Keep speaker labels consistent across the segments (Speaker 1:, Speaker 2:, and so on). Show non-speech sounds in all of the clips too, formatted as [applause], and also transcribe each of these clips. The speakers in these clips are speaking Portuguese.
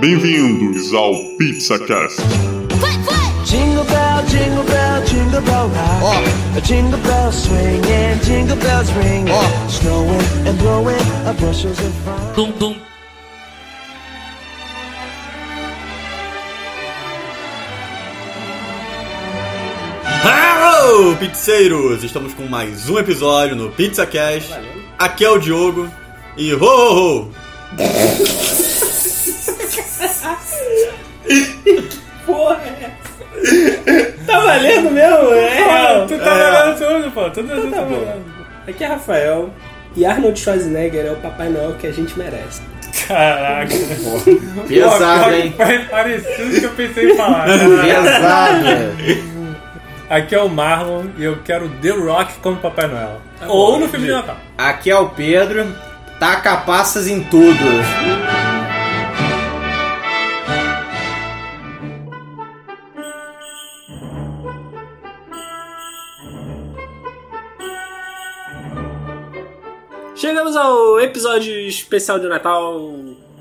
Speaker 1: Bem-vindos ao PizzaCast.
Speaker 2: Jingle bell, jingle bell, jingle bell rock. A Jingle bells swing and jingle bells ring. Snowing and blowing a bushels of fun.
Speaker 3: Dum, dum.
Speaker 4: Hello, pizzeiros! Estamos com mais um episódio no PizzaCast. Aqui é o Diogo e ho ho ho!
Speaker 5: Porra, é essa? Tá valendo mesmo? É, real.
Speaker 6: Tu tá
Speaker 4: É.
Speaker 6: valendo tudo, pô. Tudo junto,
Speaker 5: tá
Speaker 6: pô.
Speaker 5: valendo. Aqui é Rafael. E Arnold Schwarzenegger é o Papai Noel que a gente merece.
Speaker 6: Caraca.
Speaker 7: Pesado,
Speaker 6: Pior-
Speaker 7: hein?
Speaker 6: Foi parecido que eu pensei em falar. né?
Speaker 7: Pesado.
Speaker 6: Aqui é o Marlon e eu quero The Rock como Papai Noel.
Speaker 5: Tá
Speaker 6: Ou no filme de Natal.
Speaker 7: Aqui é o Pedro. Taca passas em tudo.
Speaker 5: Chegamos ao episódio especial de Natal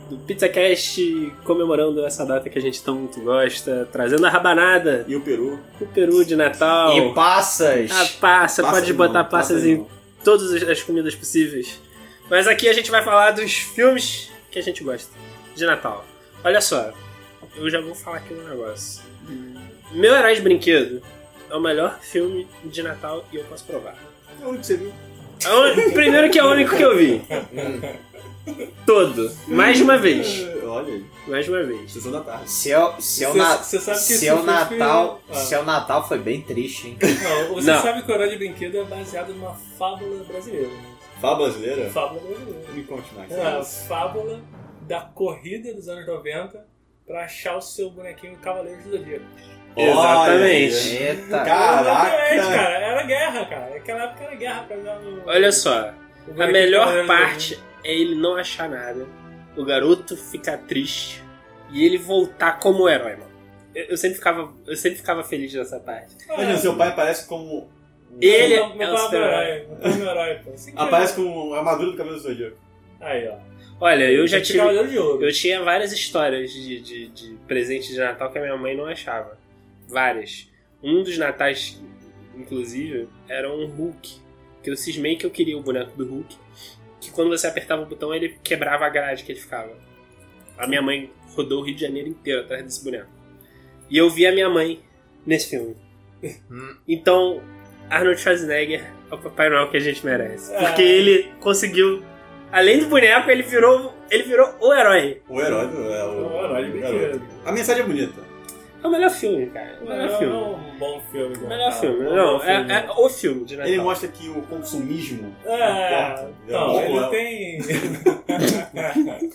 Speaker 5: do PizzaCast, comemorando essa data que a gente tanto gosta, trazendo a rabanada,
Speaker 4: E o Peru?
Speaker 5: o peru de Natal,
Speaker 7: E passas.
Speaker 5: a Ah,
Speaker 6: Ah,
Speaker 5: passa, pode
Speaker 4: não,
Speaker 5: botar
Speaker 4: passa
Speaker 5: passas
Speaker 4: aí
Speaker 5: em
Speaker 4: não.
Speaker 5: todas as- as comidas possíveis. Mas aqui a gente vai falar dos filmes que a gente gosta de Natal. Olha só, eu já vou falar aqui um negócio. Meu Herói de Brinquedo é o melhor filme de Natal e eu posso provar.
Speaker 4: É o único que você viu.
Speaker 5: É o primeiro que é o único que eu vi. Todo. Mais de uma vez.
Speaker 4: É, Olha aí,
Speaker 5: Mais de uma vez.
Speaker 4: sessão da tarde.
Speaker 7: Se é o- se é o
Speaker 6: Cê-
Speaker 7: na-
Speaker 6: cê sabe que
Speaker 7: se
Speaker 6: esse
Speaker 7: é o
Speaker 6: filme foi-
Speaker 7: Natal.
Speaker 6: Ah.
Speaker 7: Se é o Natal foi bem triste,
Speaker 6: [laughs]
Speaker 7: hein?
Speaker 6: Não, você
Speaker 5: Não.
Speaker 6: sabe que o Herói de Brinquedo é baseado numa fábula brasileira. né?
Speaker 4: Fá brasileira?
Speaker 6: Fábula brasileira.
Speaker 4: Me conte mais.
Speaker 6: É a fábula da corrida dos anos 90 pra achar o seu bonequinho Cavaleiro do Zodíaco.
Speaker 4: Olha
Speaker 5: Exatamente.
Speaker 4: aí.
Speaker 7: Eita.
Speaker 6: Exatamente,
Speaker 4: Caraca!
Speaker 6: cara. Era guerra, cara. Naquela época era guerra pra dar o-
Speaker 5: Olha só,
Speaker 6: o bonequinho
Speaker 5: a melhor
Speaker 6: Cavaleiro do
Speaker 5: parte é ele não achar nada, o garoto ficar triste e ele voltar como herói, mano. Eu, eu sempre ficava, eu sempre ficava feliz nessa parte.
Speaker 6: Zodíaco.
Speaker 4: Imagina, seu pai parece como.
Speaker 5: Ele
Speaker 6: Meu-
Speaker 5: é
Speaker 6: meu
Speaker 5: o
Speaker 6: É, pai
Speaker 5: seu
Speaker 6: herói. Meu pai é meu herói,
Speaker 5: [laughs]
Speaker 6: pô. Assim que-
Speaker 4: Aparece com a armadura do cabelo do Zodíaco.
Speaker 6: Aí, ó.
Speaker 5: Olha, eu já
Speaker 6: Esse
Speaker 5: tive,
Speaker 6: Cavaleiro de ouro.
Speaker 5: eu tinha várias histórias de, de, de presente de Natal que a minha mãe não achava. Várias. Um dos natais, inclusive, era um Hulk. Que eu cismei que eu queria o boneco do Hulk. Que quando você apertava o botão, ele quebrava a grade que ele ficava. A minha mãe rodou o Rio de Janeiro inteiro atrás desse boneco. E eu vi a minha mãe nesse filme. Então, Arnold Schwarzenegger é o Papai Noel que a gente merece. Porque
Speaker 6: Ah.
Speaker 5: ele conseguiu. Além do boneco, ele virou. ele virou o herói.
Speaker 4: O herói do. É o,
Speaker 6: É um herói de
Speaker 4: garoto.
Speaker 6: brinquedo.
Speaker 4: A mensagem é bonita.
Speaker 5: É o melhor filme, cara. É o melhor
Speaker 6: Não,
Speaker 5: filme.
Speaker 6: não é um bom
Speaker 5: O
Speaker 6: filme. cara.
Speaker 5: melhor filme.
Speaker 6: é um
Speaker 5: Não,
Speaker 6: bom
Speaker 5: é,
Speaker 6: filme.
Speaker 5: é o filme de Natal.
Speaker 4: Ele mostra que o consumismo.
Speaker 6: É, então,
Speaker 4: É
Speaker 6: ele
Speaker 4: bom, [laughs]
Speaker 6: tem.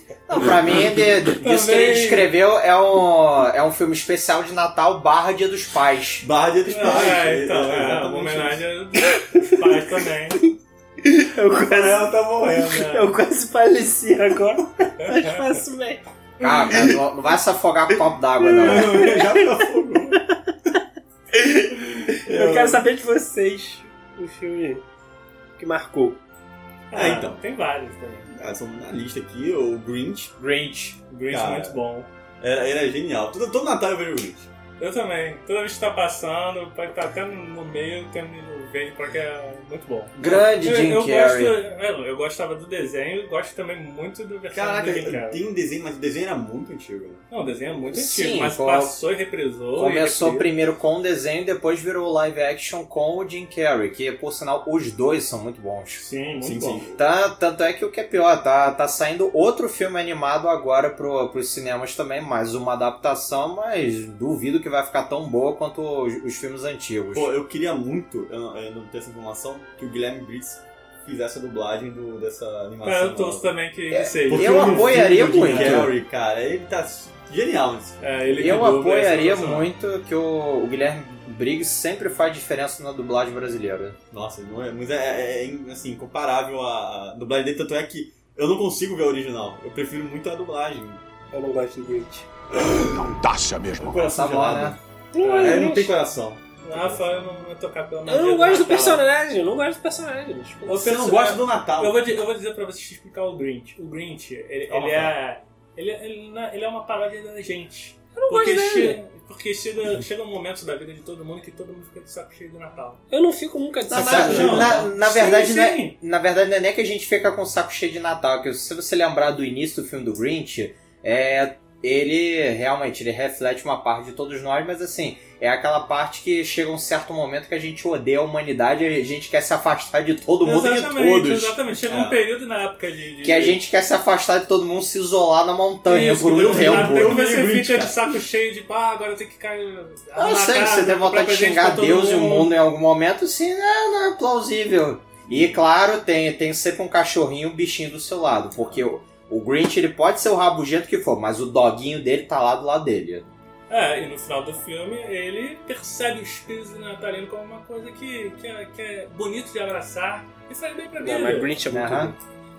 Speaker 6: [laughs]
Speaker 7: Não, pra mim, de, disso que ele
Speaker 6: Também.
Speaker 7: descreveu, é um, é um filme especial de Natal barra Dia dos Pais.
Speaker 4: Barra Dia dos Pais. tá
Speaker 6: É, então, é,
Speaker 4: exatamente
Speaker 6: uma
Speaker 4: isso.
Speaker 6: homenagem aos pais
Speaker 4: [laughs]
Speaker 6: também. né?
Speaker 5: Eu
Speaker 4: O Coronel tá morrendo. [laughs]
Speaker 5: quase, eu quase faleci agora. [laughs] Mas faço bem.
Speaker 7: Ah, cara, não, não vai se afogar com um copo d'água, não.
Speaker 4: Já tá me afogou.
Speaker 5: Eu quero saber de vocês o filme que marcou.
Speaker 4: Ah, então.
Speaker 6: Tem vários também.
Speaker 4: Ah, são na lista aqui, o Grinch.
Speaker 6: Grinch. Grinch
Speaker 4: Cara.
Speaker 6: é muito bom.
Speaker 4: Era, era genial. Todo, todo Natal eu vejo o Grinch.
Speaker 6: Eu também. Toda vez que tá passando, pode estar até no meio, tem um menino verde, porque é muito bom.
Speaker 7: Grande Jim
Speaker 6: eu, eu, gosto, é,
Speaker 7: Carrey.
Speaker 6: eu, eu gostava do desenho e gosto também muito do versão
Speaker 4: Caraca,
Speaker 6: do Jim Carrey.
Speaker 4: tem um desenho, mas o desenho era muito antigo. né?
Speaker 6: Não, o desenho é muito
Speaker 7: Sim,
Speaker 6: antigo, mas
Speaker 7: com-
Speaker 6: passou e reprisou.
Speaker 7: Começou
Speaker 6: e
Speaker 7: primeiro com o desenho, depois virou o live action com o Jim Carrey, que por sinal os dois são muito bons.
Speaker 6: Sim, muito
Speaker 4: Sim,
Speaker 6: bom.
Speaker 4: sim.
Speaker 7: Tá, tanto é que o que é pior, tá, tá saindo outro filme animado agora pro, pros cinemas também, mais uma adaptação, mas duvido que vai ficar tão boa quanto os, os filmes antigos.
Speaker 4: Pô, eu queria muito, eu não, eu não tenho essa informação, que o Guilherme Briggs fizesse a dublagem do, dessa animação.
Speaker 6: Cara, É, eu torço também que ele seja.
Speaker 4: É, Porque
Speaker 7: Eu
Speaker 4: não vi
Speaker 7: apoiaria
Speaker 4: o Jim
Speaker 7: muito.
Speaker 4: Carrey, cara, ele tá genial nisso.
Speaker 6: É, ele que
Speaker 7: eu
Speaker 6: dubla
Speaker 7: apoiaria
Speaker 6: essa versão.
Speaker 7: muito que o, o Guilherme Briggs sempre faz diferença na dublagem brasileira.
Speaker 4: Nossa, não é, mas é, é, é, assim, comparável à à dublagem dele, tanto é que eu não consigo ver a original. Eu prefiro muito a dublagem.
Speaker 5: Eu não gosto do Grinch.
Speaker 4: O coração
Speaker 7: Tá bom,
Speaker 4: gelado.
Speaker 7: né?
Speaker 4: É, não tem coração.
Speaker 6: Rafa, Ah, eu não vou tocar pela magia
Speaker 5: Eu não gosto do
Speaker 6: Natal.
Speaker 5: personagem, eu não gosto do personagem. mas, tipo,
Speaker 6: O
Speaker 4: Você é não
Speaker 6: perso-
Speaker 4: gosta do Natal.
Speaker 6: Eu vou, di- eu vou dizer pra vocês explicar o Grinch. O Grinch, ele,
Speaker 4: Calma,
Speaker 6: ele é Ele, ele, na- ele é uma paródia da gente.
Speaker 5: Eu não
Speaker 6: porque
Speaker 5: gosto dele.
Speaker 6: chega, porque chega, chega um momento da vida de todo mundo que todo mundo fica de saco cheio do Natal.
Speaker 5: Eu não fico nunca de
Speaker 7: Não,
Speaker 5: saco
Speaker 7: mas,
Speaker 5: cheio.
Speaker 6: não.
Speaker 7: na, na verdade,
Speaker 6: Sim,
Speaker 7: não é-
Speaker 6: sim.
Speaker 7: na verdade, não é nem que a gente fica com o saco cheio de Natal. é Que se você lembrar do início do filme do Grinch, é, ele realmente ele reflete uma parte de todos nós, mas assim, é aquela parte que chega um certo momento que a gente odeia a humanidade e a gente quer se afastar de todo mundo e de
Speaker 6: exatamente,
Speaker 7: todos.
Speaker 6: exatamente. Chega
Speaker 4: É.
Speaker 6: um período na época de. de
Speaker 7: Que a gente quer se afastar de todo mundo, se isolar na montanha
Speaker 6: Isso,
Speaker 7: por
Speaker 6: eu-
Speaker 7: um tempo. Ah,
Speaker 6: Até você
Speaker 4: Grinch,
Speaker 6: fica de
Speaker 4: cara.
Speaker 6: saco cheio de, pá, agora eu tenho que cair.
Speaker 7: Eu sei que você tem vontade de xingar Deus e um o mundo em algum momento, sim, não, não é plausível. E claro, tem, tem sempre um cachorrinho, um bichinho do seu lado, porque o, o Grinch ele pode ser o rabugento que for, mas o doguinho dele tá lá do lado dele.
Speaker 6: É, e no final do filme ele percebe o espírito natalino como uma coisa que, que, é, que é bonito de abraçar e faz bem pra
Speaker 5: Não, mas
Speaker 6: dele.
Speaker 5: Grinch é muito
Speaker 7: Aham.
Speaker 5: ruim.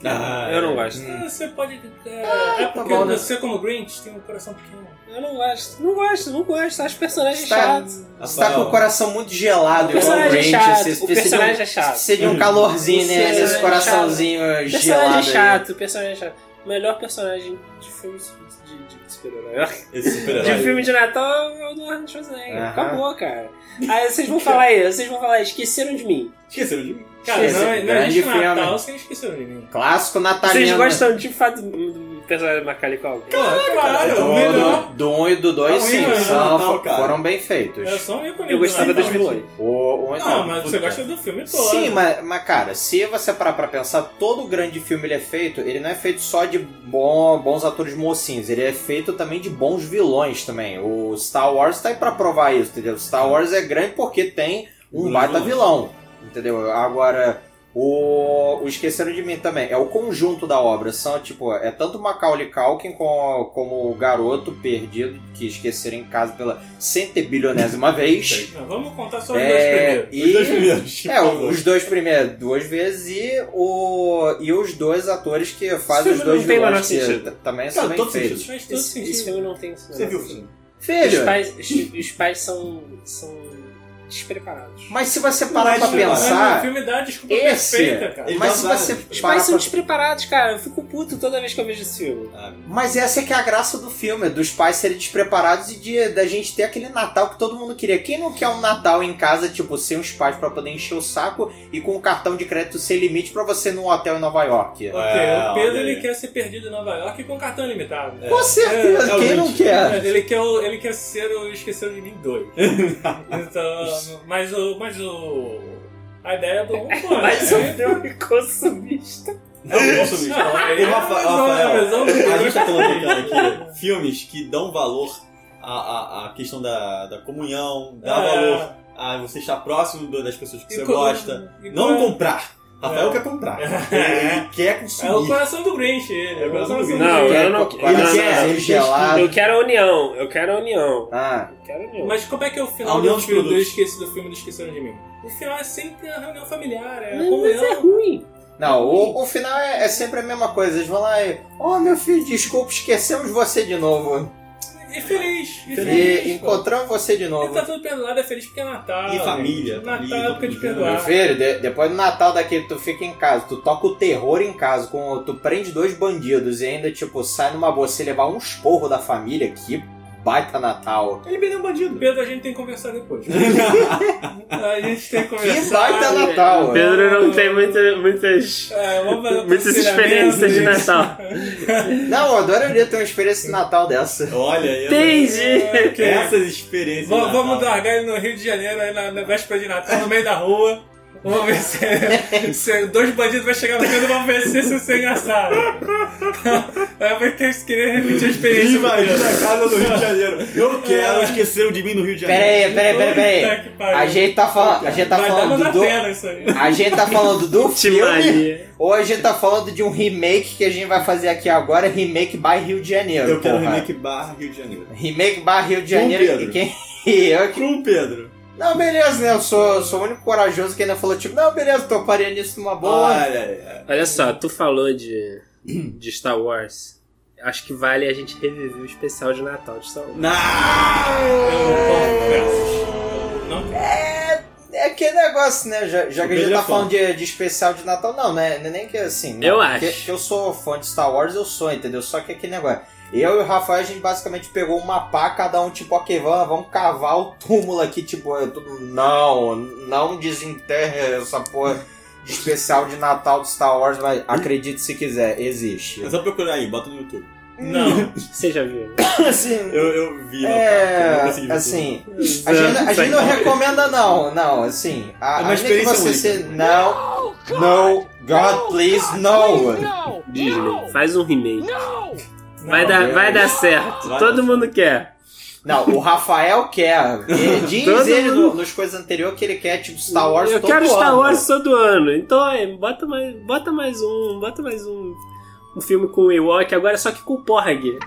Speaker 7: Ah,
Speaker 4: Ah,
Speaker 5: Eu não gosto.
Speaker 7: Hum.
Speaker 6: Você pode. É, é
Speaker 7: tá
Speaker 6: porque
Speaker 7: bom, né?
Speaker 6: você, como Grinch, tem um coração pequeno.
Speaker 5: Eu não gosto. Não gosto, não gosto. Acho os personagens
Speaker 7: Tá,
Speaker 5: chatos.
Speaker 7: você tá com o coração muito gelado, igual
Speaker 5: O
Speaker 7: o
Speaker 5: personagem é
Speaker 7: Grinch.
Speaker 5: chato,
Speaker 7: você precisa
Speaker 5: o
Speaker 7: de um-
Speaker 5: personagem é chato.
Speaker 7: Precisa de um calorzinho
Speaker 5: O
Speaker 7: né, nesse
Speaker 5: personagem é
Speaker 7: coraçãozinho gelado.
Speaker 5: Personagem é
Speaker 7: aí.
Speaker 5: chato, personagem chato. O melhor personagem de filme de, de, de super-herói.
Speaker 4: Esse
Speaker 5: De
Speaker 4: super-herói.
Speaker 5: filme de Natal é o do Arnold Schwarzenegger.
Speaker 7: Aham.
Speaker 5: Acabou, cara. Aí vocês vão falar aí, vocês vão falar, esqueceram de mim.
Speaker 4: Esqueceram de mim.
Speaker 6: Cara,
Speaker 7: Esse
Speaker 6: não,
Speaker 7: é
Speaker 6: não existe
Speaker 7: grande
Speaker 6: Natal
Speaker 7: filme.
Speaker 6: sem esquecer de mim.
Speaker 7: Clássico natalino. né?
Speaker 5: Vocês gostam de fato do, do personagem do Macaulay Culkin?
Speaker 6: Caralho,
Speaker 7: Do
Speaker 6: o melhor.
Speaker 7: 1 um e do
Speaker 6: É um
Speaker 7: 2, sim,
Speaker 6: ícone de
Speaker 7: são-
Speaker 4: Natal, cara.
Speaker 7: foram bem feitos.
Speaker 6: Eu sou um ícone
Speaker 5: Eu
Speaker 6: do
Speaker 5: gostava
Speaker 6: Natal.
Speaker 5: dos vilões.
Speaker 7: O, o-
Speaker 6: Não, mas você gosta do filme todo.
Speaker 7: Sim, mas, mas, cara, se você parar pra pensar, todo grande filme ele é feito, ele não é feito só de bom- bons atores mocinhos, ele é feito também de bons vilões também. O Star Wars tá aí pra provar isso, entendeu? Star Wars é grande porque tem um
Speaker 4: Grande
Speaker 7: baita
Speaker 4: vilão.
Speaker 7: vilão, entendeu? Agora, o, o Esqueceram de Mim também, é o conjunto da obra, são, tipo, é tanto Macaulay Culkin como, como o garoto perdido que esqueceram em casa pela centebilionésima vez.
Speaker 6: Não, vamos contar só os dois
Speaker 7: É,
Speaker 6: primeiros.
Speaker 4: Os dois
Speaker 7: e
Speaker 4: primeiros.
Speaker 7: [laughs] é, os dois primeiros duas vezes e, o, e os dois atores que fazem
Speaker 5: Esse filme
Speaker 7: os dois
Speaker 5: não tem o menor
Speaker 7: vilões que
Speaker 5: sentido.
Speaker 7: t- também
Speaker 4: Cara,
Speaker 7: são bem
Speaker 4: todo
Speaker 7: feitos.
Speaker 4: sentido.
Speaker 6: Faz todo
Speaker 5: Esse, esse
Speaker 6: sentido.
Speaker 5: filme não tem
Speaker 4: Você viu o filme?
Speaker 5: Os
Speaker 7: Filho,
Speaker 5: pais, os, os pais são, são despreparados.
Speaker 7: mas se você parar
Speaker 4: é
Speaker 7: pra
Speaker 4: diferente.
Speaker 6: Mas o
Speaker 7: pensar...
Speaker 6: filme dá a desculpa
Speaker 7: Esse- é
Speaker 6: perfeita, cara.
Speaker 4: Ele
Speaker 7: Mas
Speaker 4: dá
Speaker 7: se
Speaker 4: várias.
Speaker 7: você
Speaker 5: Os
Speaker 7: parar
Speaker 5: pais são
Speaker 7: pra-
Speaker 5: despreparados, cara. Eu fico puto toda vez que eu vejo esse filme.
Speaker 4: Ah,
Speaker 7: Mas essa é que é a graça do filme, dos pais serem despreparados e de, da gente ter aquele Natal que todo mundo queria. Quem não quer um Natal em casa, tipo, sem os pais pra poder encher o saco e com um cartão de crédito sem limite pra você num hotel em Nova York?
Speaker 6: Ok,
Speaker 4: É,
Speaker 6: o Pedro
Speaker 4: olha aí.
Speaker 6: ele quer ser perdido em Nova York com cartão limitado.
Speaker 7: Com certeza,
Speaker 4: é,
Speaker 7: quem não
Speaker 4: realmente.
Speaker 7: quer?
Speaker 6: É, Ele quer, o- ele quer ser o Esqueceram de Mim
Speaker 4: [laughs]
Speaker 6: 2. então, mas o. Mas o. A ideia do. Pô,
Speaker 5: Mas
Speaker 6: é-
Speaker 5: o filme um consumista.
Speaker 4: É um bom subir.
Speaker 6: Não,
Speaker 4: E
Speaker 6: é
Speaker 4: Rafa-
Speaker 6: uma
Speaker 4: Rafael,
Speaker 6: visão do-
Speaker 4: a gente tá falando cara, que filmes que dão valor à, à, à questão da, da comunhão, dá
Speaker 6: É.
Speaker 4: valor a você estar próximo do- das pessoas que
Speaker 6: E
Speaker 4: você
Speaker 6: co-
Speaker 4: gosta.
Speaker 6: e
Speaker 4: Não
Speaker 6: co-
Speaker 4: comprar. Rafael
Speaker 6: É.
Speaker 4: quer comprar.
Speaker 6: [laughs] É.
Speaker 4: Ele quer
Speaker 6: É o
Speaker 4: consumir.
Speaker 6: coração do Grinch, ele. É o coração do Grinch.
Speaker 5: Não, eu não-
Speaker 7: Ele
Speaker 5: não,
Speaker 7: quer,
Speaker 5: não,
Speaker 7: ele
Speaker 4: não.
Speaker 7: gelado.
Speaker 5: Eu quero a união. Eu quero a união.
Speaker 7: Ah,
Speaker 5: Eu quero a união.
Speaker 6: Mas como é que é o
Speaker 4: A
Speaker 6: final
Speaker 4: união
Speaker 6: do,
Speaker 4: dos
Speaker 6: filme, do,
Speaker 4: produtos.
Speaker 6: esqueci, do filme do Esqueceram de Mim? O final é sempre a reunião familiar, é a
Speaker 5: Mas- mas é
Speaker 6: comunhão.
Speaker 5: ruim.
Speaker 7: Não, o, o final é, é sempre a mesma coisa. Eles vão lá e. Oh, meu filho, desculpa, esquecemos você de novo.
Speaker 4: é-
Speaker 6: E feliz. E feliz.
Speaker 7: E
Speaker 6: pô.
Speaker 7: encontramos você de
Speaker 6: Ele tá
Speaker 7: novo.
Speaker 6: todo perdoado, é feliz porque é Natal.
Speaker 4: E família,
Speaker 6: gente. Natal
Speaker 4: família,
Speaker 6: é época de
Speaker 4: todo mundo.
Speaker 7: Meu
Speaker 6: perdoar.
Speaker 7: filho, de- depois do Natal daquele, tu fica em casa, tu toca o terror em casa, com, tu prende dois bandidos e ainda, tipo, sai numa boa, você levar um esporro da família, que baita Natal.
Speaker 4: Ele bem um bandido.
Speaker 6: Pedro, a gente tem que conversar
Speaker 4: [laughs]
Speaker 6: depois. a gente tem que
Speaker 7: Que
Speaker 6: conversar.
Speaker 7: baita Natal! é.
Speaker 5: Pedro não tem muita, muitas
Speaker 6: É, vamos fazer né? um
Speaker 5: Muitas experiências de Natal.
Speaker 7: Não, eu adoraria ter uma experiência de Natal dessa.
Speaker 4: Olha aí.
Speaker 5: Entendi!
Speaker 4: olha. Essas experiências.
Speaker 6: Vamos,
Speaker 4: de É, assim, Natal.
Speaker 6: vamos largar ele no Rio de Janeiro, aí na, na véspera de Natal, no meio da rua. Vamos ver se, se dois bandidos vão chegar no canto e vão ver se isso é engraçado. Aí vai ter que querer repetir a experiência.
Speaker 4: Imagina a casa do Rio de Janeiro.
Speaker 6: [laughs]
Speaker 4: Eu quero esqueceram de mim no Rio de
Speaker 7: Pera
Speaker 4: Janeiro.
Speaker 7: aí, pera aí, pera aí, pera aí.
Speaker 6: Puta que pariu.
Speaker 7: A gente tá falando, a gente tá
Speaker 6: Vai dar uma
Speaker 7: falando do.
Speaker 6: tela isso aí.
Speaker 7: A gente tá falando
Speaker 4: [laughs]
Speaker 7: do
Speaker 5: Te
Speaker 7: filme.
Speaker 5: Maria.
Speaker 7: Ou a gente tá falando de um remake que a gente vai fazer aqui agora, remake by Rio de Janeiro.
Speaker 4: Eu quero um
Speaker 7: porra.
Speaker 4: remake barra Rio de Janeiro.
Speaker 7: Remake by Rio de Janeiro.
Speaker 4: Pedro.
Speaker 7: E quem... [laughs] e eu... que-
Speaker 4: Cru, Pedro.
Speaker 7: Não, beleza, né? Eu sou, sou o único corajoso que ainda falou, tipo, não, beleza, toparia nisso numa boa.
Speaker 4: Olha aí.
Speaker 5: Olha só, tu falou de, de Star Wars. Acho que vale a gente reviver o especial de Natal de Star Wars.
Speaker 6: Não,
Speaker 7: É aquele negócio, né? Já, já que a
Speaker 4: Pedro
Speaker 7: gente
Speaker 4: é
Speaker 7: tá
Speaker 4: fã.
Speaker 7: falando de, de especial de Natal, não, né? Nem que assim. não.
Speaker 5: Eu acho.
Speaker 7: Que, que eu sou fã de Star Wars, eu sou, entendeu? Só que aquele negócio. Eu e o Rafael, a gente basicamente pegou uma pá, cada um tipo, ok, vamos, vamos cavar o túmulo aqui, tipo, eu tô- não, não desenterra essa porra de especial de Natal do Star Wars, mas acredite se quiser, existe.
Speaker 5: [laughs]
Speaker 4: É só procurar aí, bota no YouTube.
Speaker 6: Não.
Speaker 5: Você já viu? né?
Speaker 7: Assim,
Speaker 4: Eu, eu vi lá, cara, eu não tá
Speaker 7: é,
Speaker 4: consegui ver tudo.
Speaker 7: assim, a gente, a gente não recomenda não, não, assim, a,
Speaker 4: É uma
Speaker 7: ainda que
Speaker 4: experiência
Speaker 7: você
Speaker 4: única.
Speaker 7: se, não, no, God, please, no.
Speaker 5: Disney, faz um remake. Vai
Speaker 6: Não.
Speaker 5: dar,
Speaker 7: eu-
Speaker 5: vai dar certo.
Speaker 4: Vai
Speaker 5: Todo
Speaker 4: dar
Speaker 5: mundo quer.
Speaker 7: Não, o Rafael quer. Ele diz
Speaker 5: Todo
Speaker 7: ele
Speaker 5: mundo-
Speaker 7: no- nos coisas anteriores que ele quer, tipo, Star Wars
Speaker 5: Eu
Speaker 7: todo
Speaker 5: quero Star
Speaker 7: ano.
Speaker 5: Wars todo ano. Então, é, bota mais, bota mais um, bota mais um, um filme com o Ewok agora, só que com o Porg.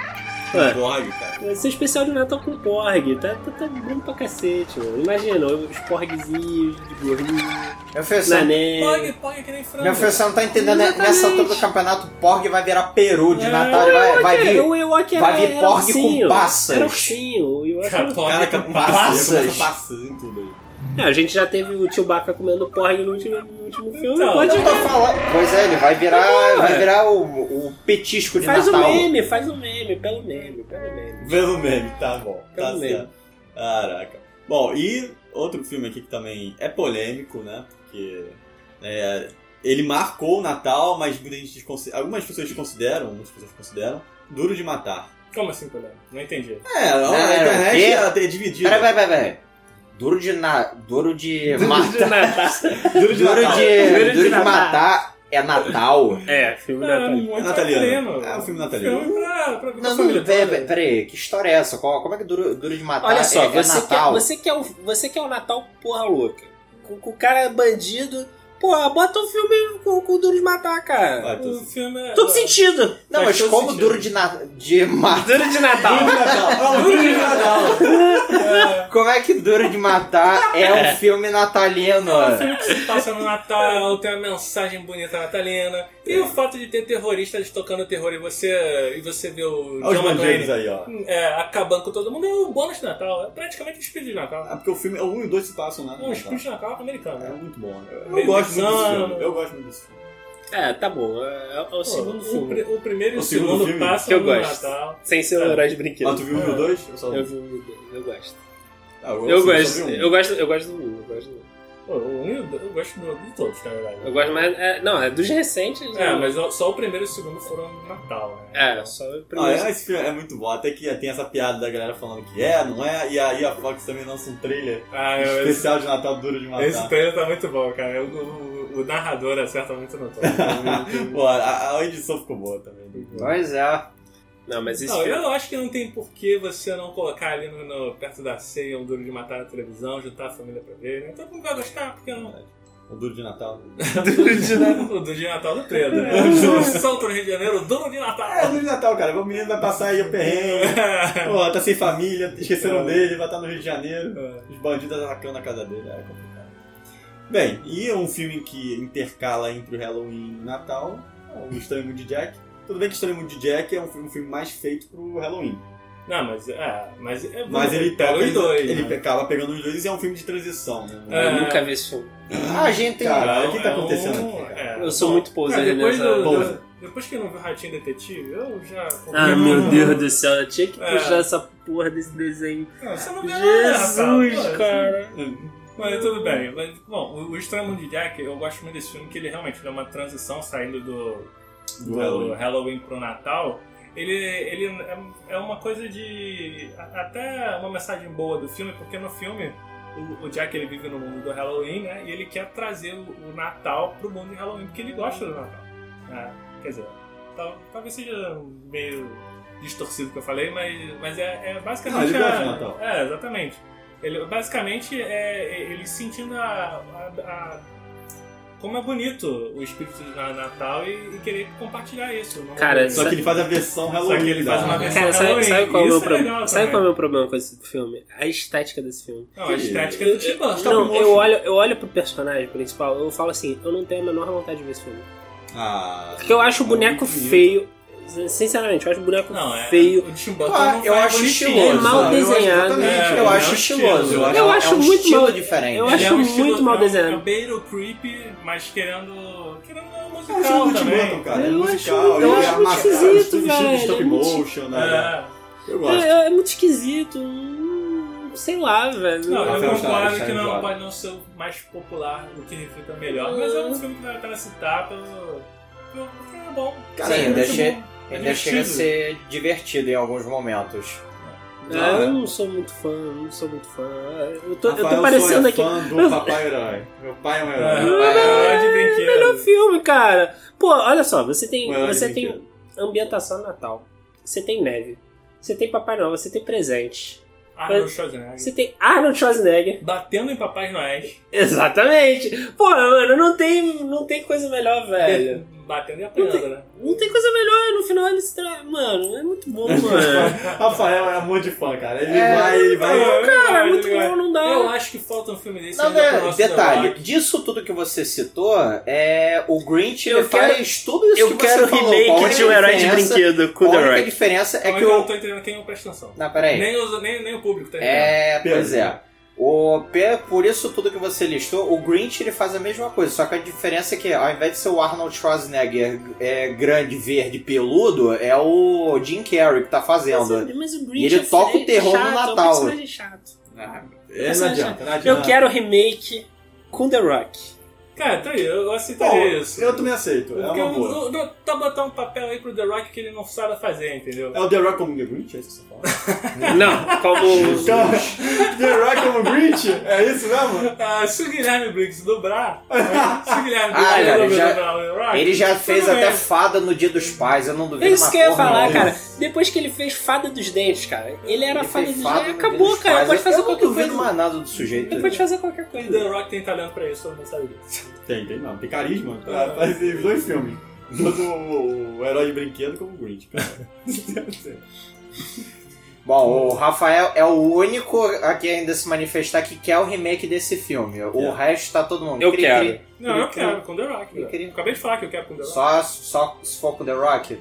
Speaker 5: Ah,
Speaker 4: Blog, cara.
Speaker 5: Vai ser especial de Natal com o Porg. Tá, tá, tá bom pra cacete, mano. Imagina, os Porgzinhos de gorrinho,
Speaker 7: Meu professor,
Speaker 5: na neve.
Speaker 6: Pog, pog que nem frango.
Speaker 7: meu professor não tá entendendo. né? Nessa altura do campeonato, o Porg vai virar peru de
Speaker 6: É,
Speaker 7: Natal. ele Vai, vai vir.
Speaker 5: O Ewok era,
Speaker 7: vai vir
Speaker 5: era
Speaker 7: Porg com
Speaker 5: ursinho.
Speaker 7: passas.
Speaker 5: Era ursinho. O Ewok era
Speaker 6: Cara, pog
Speaker 4: Cara, tá
Speaker 6: com
Speaker 4: com
Speaker 7: passas.
Speaker 4: passas. Passas. passas em tudo aí.
Speaker 5: É, a gente já teve o Chewbacca comendo porg no último, no último filme.
Speaker 6: Então,
Speaker 5: Pode
Speaker 7: Eu tô falando. Pois é, ele vai virar. vai virar o, o petisco de
Speaker 5: Faz o
Speaker 7: Natal.
Speaker 5: meme, faz o meme, pelo meme, pelo meme.
Speaker 4: Pelo meme, tá bom.
Speaker 5: Pelo
Speaker 4: tá
Speaker 5: meme.
Speaker 4: certo. Caraca. Bom, e outro filme aqui que também é polêmico, né? Porque é, ele marcou o Natal, mas muita gente desconsi- algumas pessoas consideram, muitas pessoas consideram, duro de matar.
Speaker 6: Como assim, colega? Não entendi.
Speaker 4: É, a
Speaker 7: era o
Speaker 4: internet
Speaker 7: quê?
Speaker 4: ela é dividida.
Speaker 7: Peraí, peraí, peraí. peraí. Duro de. Na... Duro de matar.
Speaker 4: Duro de
Speaker 7: Duro
Speaker 4: Natal.
Speaker 7: de. Duro de
Speaker 5: Natal.
Speaker 7: matar é Natal.
Speaker 5: É, filme
Speaker 6: É
Speaker 5: natalino.
Speaker 6: muito
Speaker 4: Nataliano.
Speaker 6: nataliano.
Speaker 4: É um filme nataliano.
Speaker 6: Filme pra, pra, pra
Speaker 7: Não,
Speaker 6: família
Speaker 7: não, peraí,
Speaker 6: toda.
Speaker 7: peraí, peraí, que história é essa? Qual- como é que duro, duro de matar
Speaker 5: Olha só,
Speaker 7: é, é
Speaker 5: você, quer,
Speaker 7: Natal?
Speaker 5: você, quer o, você quer o Natal porra louca. Com, com o cara bandido. Porra, bota um filme com, com o Duro de Matar, cara.
Speaker 4: Vai, tô-
Speaker 6: O filme é...
Speaker 7: Todo sentido! Não, mas
Speaker 6: Faz todo
Speaker 7: como
Speaker 6: sentido.
Speaker 7: duro de, na, de matar?
Speaker 5: Duro de Natal.
Speaker 4: Duro de Natal. Duro de Natal.
Speaker 7: [laughs] Como é que duro de matar é [laughs] um filme natalino?
Speaker 6: O filme que se passa no Natal, tem uma mensagem bonita natalina. E o fato de ter terroristas tocando terror e você, e você vê o
Speaker 4: Olha os
Speaker 6: John
Speaker 4: bandeiros aí,
Speaker 6: McClane
Speaker 4: ó.
Speaker 6: é, acabando com todo mundo é o bônus de Natal. É praticamente o espírito de
Speaker 4: Ah,
Speaker 6: Natal.
Speaker 4: porque o filme, o 1 e o 2 se passam, né?
Speaker 6: É um espírito de Natal americano.
Speaker 4: É
Speaker 6: né?
Speaker 4: muito bom. né? Eu,
Speaker 6: Bem
Speaker 4: gosto muito desse
Speaker 6: bizarro.
Speaker 4: filme. Eu gosto muito desse filme.
Speaker 5: [laughs] É, tá bom. É, é o
Speaker 6: Pô,
Speaker 5: segundo
Speaker 6: o
Speaker 5: filme.
Speaker 6: pri- O, primeiro e
Speaker 4: O
Speaker 6: o
Speaker 4: segundo
Speaker 6: segundo,
Speaker 4: filme
Speaker 6: passam
Speaker 5: que eu
Speaker 6: no
Speaker 5: gosto.
Speaker 6: Natal.
Speaker 5: Sem ser o herói de brinquedo.
Speaker 4: Ah, tu viu o 1 e o 2? Eu só
Speaker 5: Eu vi o dois, eu gosto.
Speaker 4: Ah,
Speaker 5: Eu
Speaker 4: só- só
Speaker 5: gosto,
Speaker 4: vi um.
Speaker 5: eu gosto, eu gosto do um, eu gosto do um.
Speaker 6: Pô, o um e o dois- eu gosto do- de todos, na verdade.
Speaker 5: Eu gosto mais. é, não, é dos recentes.
Speaker 6: É,
Speaker 5: eu-
Speaker 6: mas o- só o primeiro e o segundo foram no Natal, né?
Speaker 5: É, só o
Speaker 4: Não,
Speaker 5: primeiro.
Speaker 4: é, esse filme é muito bom. Até que tem essa piada da galera falando que é, não é, e aí a Fox também lança um trailer
Speaker 6: Ah, eu, esse,
Speaker 4: especial de Natal duro de matar.
Speaker 6: esse trailer tá muito bom, cara. O, o- o narrador acerta muito [laughs] no tom.
Speaker 4: Pô, a, a edição ficou boa também.
Speaker 7: Pois é.
Speaker 5: Não, mas esse
Speaker 6: Não,
Speaker 5: filme.
Speaker 6: eu acho que não tem porquê você não colocar ali no, no- perto da ceia um duro de matar na televisão, juntar a família pra ver, né? Todo mundo vai gostar, porque é um
Speaker 4: [laughs]
Speaker 6: não.
Speaker 4: O duro de Natal.
Speaker 6: Duro de
Speaker 4: é
Speaker 6: Natal. do de Natal do Pedro, [laughs] né?
Speaker 4: [laughs]
Speaker 6: O Salto no Rio de Janeiro, o dono
Speaker 4: [laughs]
Speaker 6: de
Speaker 4: É,
Speaker 6: Natal.
Speaker 4: duro de Natal, cara. O menino vai passar aí o perrengue. Pô, tá sem família, esqueceram dele, vai estar no Rio de Janeiro. Os bandidos atacando a casa dele, é complicado. Bem, e um filme que intercala entre o Halloween e o Natal, é o Estranho Mundo de Jack. Tudo bem que o Estranho Mundo de Jack é um filme, um filme mais feito pro Halloween.
Speaker 6: [laughs] Não, mas. É, mas, é bom,
Speaker 4: Mas ele pega
Speaker 6: os dois.
Speaker 4: Ele
Speaker 6: né?
Speaker 4: acaba pegando os dois e é um filme de transição, né?
Speaker 5: Eu
Speaker 6: é.
Speaker 5: nunca vi esse filme.
Speaker 7: A gente tem.
Speaker 4: Cara,
Speaker 6: É
Speaker 4: o que tá
Speaker 6: um-
Speaker 4: acontecendo aqui, cara?
Speaker 6: é,
Speaker 5: Eu sou
Speaker 6: bom.
Speaker 5: muito
Speaker 6: Cara,
Speaker 5: pousadinho
Speaker 6: depois,
Speaker 5: nessa.
Speaker 6: do-
Speaker 4: Pousa.
Speaker 6: do- depois que eu não vi o Ratinho Detetive, eu já.
Speaker 5: Ah, meu Deus do céu, eu tinha que
Speaker 6: É.
Speaker 5: puxar essa porra desse desenho.
Speaker 6: Não, Você não ganha nada, rapaz.
Speaker 5: Jesus,
Speaker 6: Pô,
Speaker 5: cara.
Speaker 6: Mas tudo bem. Mas, bom, o, o Estranho Mundo de Jack, eu gosto muito desse filme, que ele realmente dá uma transição saindo do, do Halloween. pro Natal. Ele, ele é- é uma coisa de. a- Até uma mensagem boa do filme, porque no filme o, o Jack ele vive no mundo do Halloween, né? E ele quer trazer o, o Natal pro mundo de Halloween, porque ele gosta do Natal. né? Quer dizer, tal- talvez seja um meio distorcido o que eu falei, mas, mas é, é basicamente.
Speaker 4: Não, Ah, ele gosta
Speaker 6: a-
Speaker 4: do Natal.
Speaker 6: É, exatamente. Ele, basicamente é ele sentindo a, a- a- como é bonito o espírito de Na- Natal e, e querer compartilhar isso. não- é-
Speaker 5: Cara,
Speaker 4: Só que ele faz a versão Halloween.
Speaker 6: Só que ele faz uma
Speaker 4: tá?
Speaker 6: versão-
Speaker 5: Cara, sabe,
Speaker 6: Halloween,
Speaker 5: sabe qual é o
Speaker 6: isso
Speaker 5: meu
Speaker 6: é
Speaker 5: problema?
Speaker 6: legal
Speaker 5: Sabe
Speaker 6: também.
Speaker 5: qual é o meu problema com esse filme? A estética desse filme.
Speaker 6: Não, a estética é do Tim Burton.
Speaker 5: Não, eu olho, eu olho pro personagem principal, eu falo assim, eu não tenho a menor vontade de ver esse filme.
Speaker 4: Ah,
Speaker 5: Porque eu acho o
Speaker 4: é
Speaker 5: boneco
Speaker 4: muito bonito.
Speaker 5: feio. Sinceramente, eu acho o boneco
Speaker 6: Não, é.
Speaker 5: feio.
Speaker 6: O Tim Burton
Speaker 7: Ah,
Speaker 6: não
Speaker 7: eu
Speaker 6: faz
Speaker 7: acho
Speaker 6: bonitinho,
Speaker 7: estiloso.
Speaker 5: É mal
Speaker 6: sabe? Eu acho
Speaker 5: desenhado.
Speaker 7: Exatamente,
Speaker 6: É,
Speaker 7: eu
Speaker 6: é um
Speaker 7: acho
Speaker 6: estilo,
Speaker 7: estiloso.
Speaker 6: eu
Speaker 7: é um-
Speaker 5: acho
Speaker 7: é um
Speaker 5: muito
Speaker 7: estilo
Speaker 5: mal-
Speaker 7: diferente.
Speaker 5: eu acho
Speaker 6: Ele é um
Speaker 5: muito
Speaker 6: estilo-
Speaker 5: mal
Speaker 6: é um- É
Speaker 5: desenhado.
Speaker 6: um beiro creepy, mas querendo. querendo uma
Speaker 4: É um estilo
Speaker 6: musical
Speaker 4: do Tim Burton,
Speaker 6: também.
Speaker 4: cara. É
Speaker 5: Eu
Speaker 4: musical,
Speaker 5: acho-
Speaker 4: ele
Speaker 5: eu
Speaker 4: é
Speaker 5: acho muito
Speaker 4: amarrado,
Speaker 5: esquisito,
Speaker 4: tudo estilo
Speaker 5: velho,
Speaker 4: stop
Speaker 5: é muito-
Speaker 4: motion, né?
Speaker 6: É.
Speaker 4: Eu gosto.
Speaker 5: É, é muito esquisito. hum, Sei lá, velho. Ah,
Speaker 6: Não,
Speaker 4: Rafael
Speaker 6: eu concordo
Speaker 4: Stein-
Speaker 6: que
Speaker 4: Stein-
Speaker 6: não pode não ser o mais popular, o que fica melhor. Mas é um
Speaker 5: Uhum.
Speaker 6: filme que dá pra citar pelo. pelo- porque é bom.
Speaker 7: Cara,
Speaker 6: Sim, é
Speaker 7: ainda
Speaker 6: muito
Speaker 7: che-
Speaker 6: bom. É
Speaker 7: Ainda chega a
Speaker 6: divertido.
Speaker 7: ser divertido em alguns momentos.
Speaker 5: É, eu não sou muito fã, eu não sou muito fã. Eu tô, eu tô
Speaker 4: Rafael
Speaker 5: parecendo
Speaker 4: Soia,
Speaker 5: aqui.
Speaker 4: fã do
Speaker 5: Eu-
Speaker 4: Papai Herói. Meu pai é um
Speaker 6: É,
Speaker 4: herói.
Speaker 6: é de brinquedo.
Speaker 5: Melhor filme, cara. Pô, olha só, você tem,
Speaker 4: Um herói
Speaker 5: você
Speaker 4: de
Speaker 5: tem
Speaker 4: brinquedo.
Speaker 5: ambientação natal. Você tem neve. Você tem Papai Noel, você tem presente.
Speaker 6: Arnold Schwarzenegger.
Speaker 5: Você tem Arnold Schwarzenegger. [laughs]
Speaker 6: Batendo em Papai Noéis.
Speaker 5: Exatamente. Pô, mano, não tem, não tem coisa
Speaker 7: [laughs]
Speaker 5: melhor, velho.
Speaker 6: Batendo e apanhando, né?
Speaker 5: Não tem coisa melhor. No final eles tra... Mano, é
Speaker 4: [laughs]
Speaker 5: muito
Speaker 7: [laughs]
Speaker 5: bom, mano.
Speaker 4: Rafael é amor de fã, cara. Ele vai, ele vai.
Speaker 5: Cara, é muito bom, é, não dá.
Speaker 6: Eu acho que falta um filme desse.
Speaker 7: Não,
Speaker 6: ainda pro
Speaker 7: né,
Speaker 6: nosso
Speaker 7: detalhe,
Speaker 6: debate.
Speaker 7: disso tudo que você citou, é o Grinch
Speaker 5: Eu
Speaker 7: ele
Speaker 5: quero-
Speaker 7: faz tudo isso
Speaker 5: Eu
Speaker 7: que você
Speaker 5: quero
Speaker 7: falou. A
Speaker 5: remake
Speaker 7: única
Speaker 5: de um herói de
Speaker 7: diferença-
Speaker 5: brinquedo,
Speaker 7: A
Speaker 5: com The
Speaker 7: única
Speaker 5: Rock.
Speaker 7: diferença é
Speaker 6: Como
Speaker 7: que
Speaker 6: eu não
Speaker 7: o...
Speaker 6: tô entendendo quem não presta atenção.
Speaker 7: Não, peraí.
Speaker 6: Nem, os, nem, nem o público, tá ligado?
Speaker 7: É,
Speaker 4: Pedro.
Speaker 7: pois é. O, pe- por isso tudo que você listou, o Grinch ele faz a mesma coisa, só que a diferença é que ao invés de ser o Arnold Schwarzenegger é, grande, verde, peludo, é o Jim Carrey que tá fazendo.
Speaker 5: Mas o
Speaker 7: E ele
Speaker 5: é
Speaker 7: toca o
Speaker 5: fre-
Speaker 7: terror no
Speaker 5: chato,
Speaker 7: Natal.
Speaker 5: É um personagem chato.
Speaker 4: É, não adianta, não adianta.
Speaker 5: Eu quero remake com The Rock.
Speaker 6: Cara, tá aí, eu, eu
Speaker 4: Bom,
Speaker 6: aceitaria isso.
Speaker 4: eu também aceito. É
Speaker 6: Porque
Speaker 4: uma
Speaker 6: eu,
Speaker 4: boa.
Speaker 6: eu, eu, tá botar um papel aí pro The Rock que ele não sabe fazer, entendeu?
Speaker 4: É o The Rock como The Grinch? É isso que você fala?
Speaker 5: Não, como.
Speaker 4: Então, [laughs] The Rock como Grinch? É isso mesmo?
Speaker 6: Ah, se o Guilherme Briggs [laughs] dobrar, né? se o Guilherme
Speaker 7: Ah, cara,
Speaker 6: Briggs resolver
Speaker 7: já-
Speaker 6: dobrar o The Rock,
Speaker 7: Ele já fez
Speaker 6: tudo
Speaker 7: até
Speaker 6: bem.
Speaker 7: fada no Dia dos Pais, eu não duvido
Speaker 5: Ah, É isso
Speaker 7: uma
Speaker 5: que eu ia
Speaker 7: porra
Speaker 5: falar,
Speaker 7: nenhuma.
Speaker 5: cara. Depois que ele fez Fada dos Dentes, cara, ele era
Speaker 7: Ele
Speaker 5: Fada
Speaker 7: fez
Speaker 5: dos
Speaker 7: fada
Speaker 5: Dentes.
Speaker 7: no Dia
Speaker 5: Acabou,
Speaker 7: dos
Speaker 5: cara.
Speaker 7: Pais,
Speaker 5: Pode
Speaker 7: eu
Speaker 5: fazer
Speaker 7: não
Speaker 5: qualquer
Speaker 7: duvido
Speaker 5: coisa.
Speaker 7: mais nada do sujeito.
Speaker 5: Ele pode fazer qualquer
Speaker 6: The
Speaker 5: coisa.
Speaker 6: Rock tem talento pra isso, todo mundo sabe disso.
Speaker 4: Tem, tem não. Tem carisma. tá? Pra fazer Ah, os dois filmes. Tanto o, o herói de brinquedo como o Grinch, cara.
Speaker 7: Bom, o Rafael é o único aqui ainda se manifestar que quer o remake desse filme. O
Speaker 4: Yeah.
Speaker 7: resto tá todo mundo.
Speaker 5: É. Eu
Speaker 7: cri,
Speaker 5: quero.
Speaker 7: cri.
Speaker 6: Não, eu quero com The Rock.
Speaker 7: Ele queria-
Speaker 6: velho. Acabei de falar que eu quero com The Rock.
Speaker 7: Só, só se for com The Rock.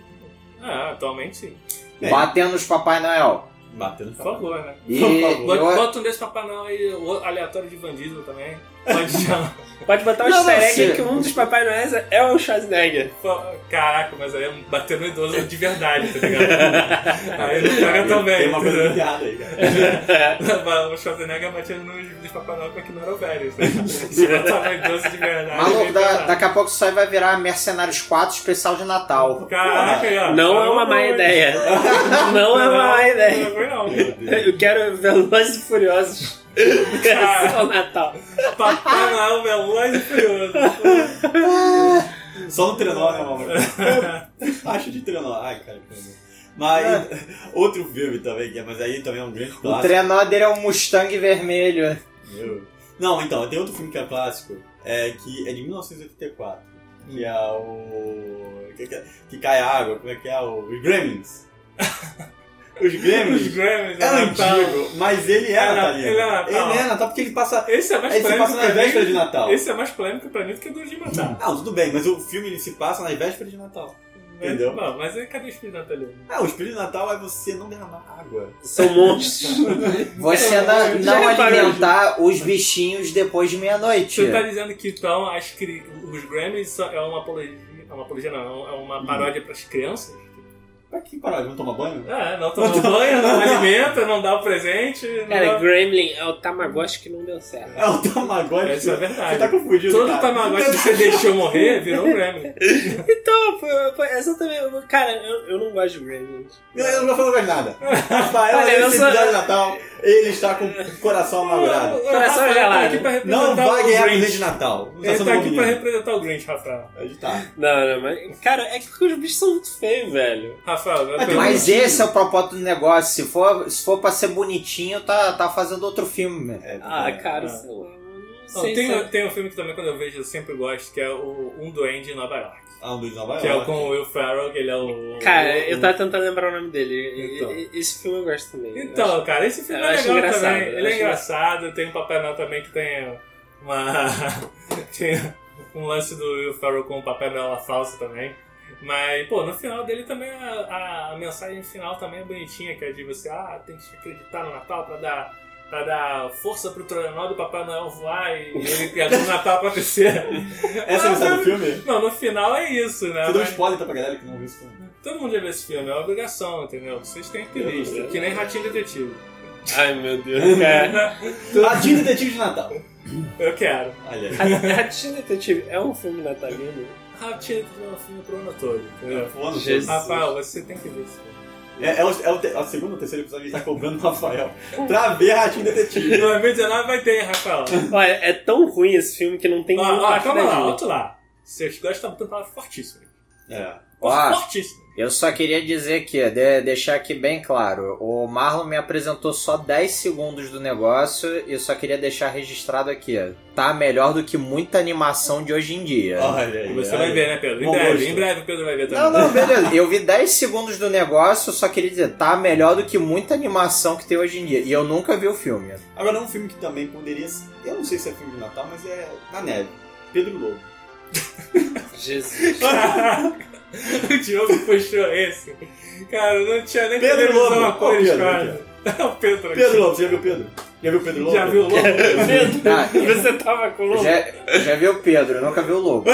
Speaker 6: Ah, atualmente sim.
Speaker 4: Bem.
Speaker 7: Batendo nos Papai Noel.
Speaker 4: [laughs] Batendo
Speaker 6: Por favor, né?
Speaker 7: E
Speaker 4: Por favor.
Speaker 6: Bota,
Speaker 7: eu-
Speaker 6: bota um desse Papai Noel aí, o aleatório de bandido também. Pode [laughs] chamar.
Speaker 5: Pode botar um
Speaker 7: Não, não,
Speaker 5: easter egg
Speaker 7: se-
Speaker 5: que um dos Papai Noel é o Schwarzenegger.
Speaker 6: Caraca, mas aí é bater no idoso de verdade, tá ligado? aí não joga tão bem.
Speaker 4: Tem uma coisa
Speaker 6: [laughs] entendeu?
Speaker 4: piada aí, cara.
Speaker 6: o Schwarzenegger batendo nos de Papai Noel porque não era o velho. sabe? né? Se botar no idoso de verdade.
Speaker 7: Maluco,
Speaker 6: ele
Speaker 7: da,
Speaker 6: tá-
Speaker 7: daqui a pouco isso aí vai virar Mercenários 4 especial de Natal.
Speaker 6: Caraca, aí, ó.
Speaker 5: Não é uma má ideia.
Speaker 7: [laughs]
Speaker 5: Não é uma má ideia.
Speaker 6: Não foi, não.
Speaker 5: Eu quero Velozes e Furiosos.
Speaker 7: Ah.
Speaker 5: [laughs] Só Natal.
Speaker 6: Papai Noel, veloz e furioso.
Speaker 4: Só no trenó, né, mamãe? Eu Acho de trenó. Ai, cara. que horror. Mas outro filme também, que é- mas aí também é um grande
Speaker 7: O
Speaker 4: clássico.
Speaker 7: trenó dele é um Mustang vermelho.
Speaker 4: Meu. Não, então, tem outro filme que é clássico, é, que é de 1984, que é o. Que, que- que cai água, como é que é? O- Os
Speaker 6: [laughs]
Speaker 4: Gremlins. Os
Speaker 6: Os
Speaker 4: Gremlins
Speaker 6: Grammys,
Speaker 4: é
Speaker 6: é Natal.
Speaker 4: antigo, mas ele é
Speaker 6: É na-
Speaker 4: natalino.
Speaker 6: ele é Natal.
Speaker 4: Ele é Natal porque ele passa.
Speaker 6: Esse é mais
Speaker 4: Ele se
Speaker 6: polêmico
Speaker 4: passa
Speaker 6: pra
Speaker 4: na
Speaker 6: mim.
Speaker 4: véspera de Natal.
Speaker 6: Esse é mais polêmico pra mim do que o do de Natal.
Speaker 4: Não, tudo bem, mas o filme ele se passa nas vésperas de Natal. Entendeu?
Speaker 6: Não, mas aí cadê o espírito natalino?
Speaker 4: Ah, o espírito de Natal é você não derramar água.
Speaker 5: São monstros.
Speaker 7: Você não,
Speaker 5: É, já
Speaker 7: não
Speaker 5: reparou,
Speaker 7: alimentar os bichinhos depois de meia-noite.
Speaker 4: é.
Speaker 6: Você tá dizendo que então as, cri- os Grammys são- é uma apologia. É uma apologia, não, é
Speaker 4: Hum.
Speaker 6: uma paródia pras crianças?
Speaker 4: Pra que parar? Hum. Não tomar banho?
Speaker 6: Ah, não toma banho, não alimenta, não dá o presente. Não
Speaker 5: Cara,
Speaker 6: dá...
Speaker 5: Gremlin é o Tamagotchi que não deu certo.
Speaker 4: É o Tamagotchi.
Speaker 6: Essa é a verdade.
Speaker 4: Você tá confundido.
Speaker 6: Todo
Speaker 4: cara.
Speaker 6: Tamagotchi que você deixou morrer virou um Grammy.
Speaker 5: Então, foi- foi- essa também. Cara, eu, eu não gosto de Gremlin.
Speaker 4: Eu, eu não vou falar mais
Speaker 6: [laughs]
Speaker 4: nada. Rafael,
Speaker 5: Olha,
Speaker 4: nesse
Speaker 5: eu sou-
Speaker 4: episódio de Natal, ele está com o coração amargurado.
Speaker 5: Coração
Speaker 6: Rafael
Speaker 5: gelado.
Speaker 6: Tá aqui pra representar
Speaker 4: Não vai
Speaker 6: o
Speaker 4: ganhar presente de
Speaker 6: Grinch.
Speaker 4: Natal. Não
Speaker 6: Ele
Speaker 4: sendo
Speaker 6: tá
Speaker 4: bom
Speaker 6: aqui pra
Speaker 4: menino.
Speaker 6: representar o Grinch, Rafael.
Speaker 4: Ele tá.
Speaker 5: Não, não, mas. Cara, é que os bichos são muito feios, velho.
Speaker 6: Rafael, vai
Speaker 4: tem
Speaker 6: pegar-
Speaker 7: Mas esse é o propósito do negócio. Se for, se for pra ser bonitinho, tá, tá fazendo outro filme. velho.
Speaker 4: É,
Speaker 5: Ah, cara,
Speaker 6: é.
Speaker 5: sei lá. Não
Speaker 6: Não,
Speaker 5: sei
Speaker 6: tem,
Speaker 5: se...
Speaker 6: tem um filme que também quando eu vejo eu sempre gosto, que é o Um Duende em Nova York.
Speaker 4: Ah, um dos Nova
Speaker 6: Que é o
Speaker 4: York.
Speaker 6: com o Will Ferrell, que ele é o...
Speaker 5: Cara,
Speaker 6: o-
Speaker 5: eu tava tentando lembrar o nome dele. E-
Speaker 6: Então.
Speaker 5: e- Esse filme eu gosto também. Eu
Speaker 6: Então, cara, esse filme
Speaker 5: Eu
Speaker 6: é
Speaker 5: acho
Speaker 6: legal
Speaker 5: engraçado,
Speaker 6: também.
Speaker 5: eu
Speaker 6: Ele é
Speaker 5: acho
Speaker 6: engraçado, tem um Papai Noel também que tem [laughs] uma... tem um lance do Will Ferrell com o Papai Noel falso também. Mas, pô, no final dele também a, a mensagem final também é bonitinha, que é de você, ah, tem que acreditar no Natal pra dar, pra dar força pro Trenó do Papai Noel voar e ele criar o Natal
Speaker 5: [laughs]
Speaker 6: acontecer.
Speaker 4: Essa é a
Speaker 6: Mas, um
Speaker 4: mensagem do filme?
Speaker 6: Não, no final é isso, né?
Speaker 4: Você deu um
Speaker 6: Mas
Speaker 4: spoiler então, pra galera que não viu esse filme.
Speaker 6: todo mundo já viu esse filme, é uma obrigação, entendeu? Vocês têm que ter visto, que nem Ratinho Detetive.
Speaker 5: Ai, meu Deus, cara.
Speaker 4: Ladinho Detetive de Natal.
Speaker 6: Eu quero.
Speaker 4: Olha
Speaker 6: [laughs]
Speaker 4: aí.
Speaker 5: A- Ratinho Detetive é um filme natalino?
Speaker 6: Ratinho Detetive é um filme pro ano todo, entendeu?
Speaker 4: Foda-se.
Speaker 5: Jesus.
Speaker 6: Rafael, você tem que ver esse filme.
Speaker 4: É, é o, é o te- é o segundo ou terceiro episódio que a gente tá cobrando o Rafael pra ver Ratinho Detetive.
Speaker 6: Em 2019 vai ter, hein,
Speaker 4: [laughs]
Speaker 6: Rafael?
Speaker 5: Olha, é tão ruim esse filme que não tem nenhum
Speaker 6: Ó, ó,
Speaker 5: parte
Speaker 6: Ah, calma
Speaker 5: da
Speaker 6: lá,
Speaker 5: Disney.
Speaker 6: outro lá. Vocês gostam de palavra fortíssima.
Speaker 4: É.
Speaker 7: Ó,
Speaker 6: Fortíssima.
Speaker 7: Eu só queria dizer que, de- deixar aqui bem claro, o Marlon me apresentou só 10 segundos do negócio e eu só queria deixar registrado aqui. Tá melhor do que muita animação de hoje em dia.
Speaker 4: Olha aí.
Speaker 6: É. Você
Speaker 4: olha
Speaker 6: vai
Speaker 4: aí.
Speaker 6: ver, né, Pedro? Em
Speaker 4: é Bom
Speaker 6: breve,
Speaker 4: gosto.
Speaker 6: em breve o Pedro vai ver
Speaker 7: Não,
Speaker 6: também.
Speaker 7: não, beleza. Eu vi 10 segundos do negócio, só queria dizer, tá melhor do que muita animação que tem hoje em dia. E eu nunca vi o filme.
Speaker 4: Agora, um filme que também poderia. ser- Eu não sei se é filme de Natal, mas é Na Neve. Pedro Lobo.
Speaker 5: Jesus.
Speaker 6: [laughs] o Diogo puxou esse. Cara, eu não tinha nem
Speaker 4: Pedro
Speaker 6: televisão
Speaker 4: Lobo.
Speaker 6: a
Speaker 4: Qual
Speaker 6: cores,
Speaker 4: Pedro?
Speaker 6: [laughs] cara. É O Pedro aqui.
Speaker 4: Pedro Lobo, você já viu Pedro? Já viu Pedro Lobo?
Speaker 6: Já viu o Lobo?
Speaker 5: Pedro,
Speaker 7: Ah,
Speaker 5: você tava com o
Speaker 7: já, já vi o Pedro, nunca vi o Lobo.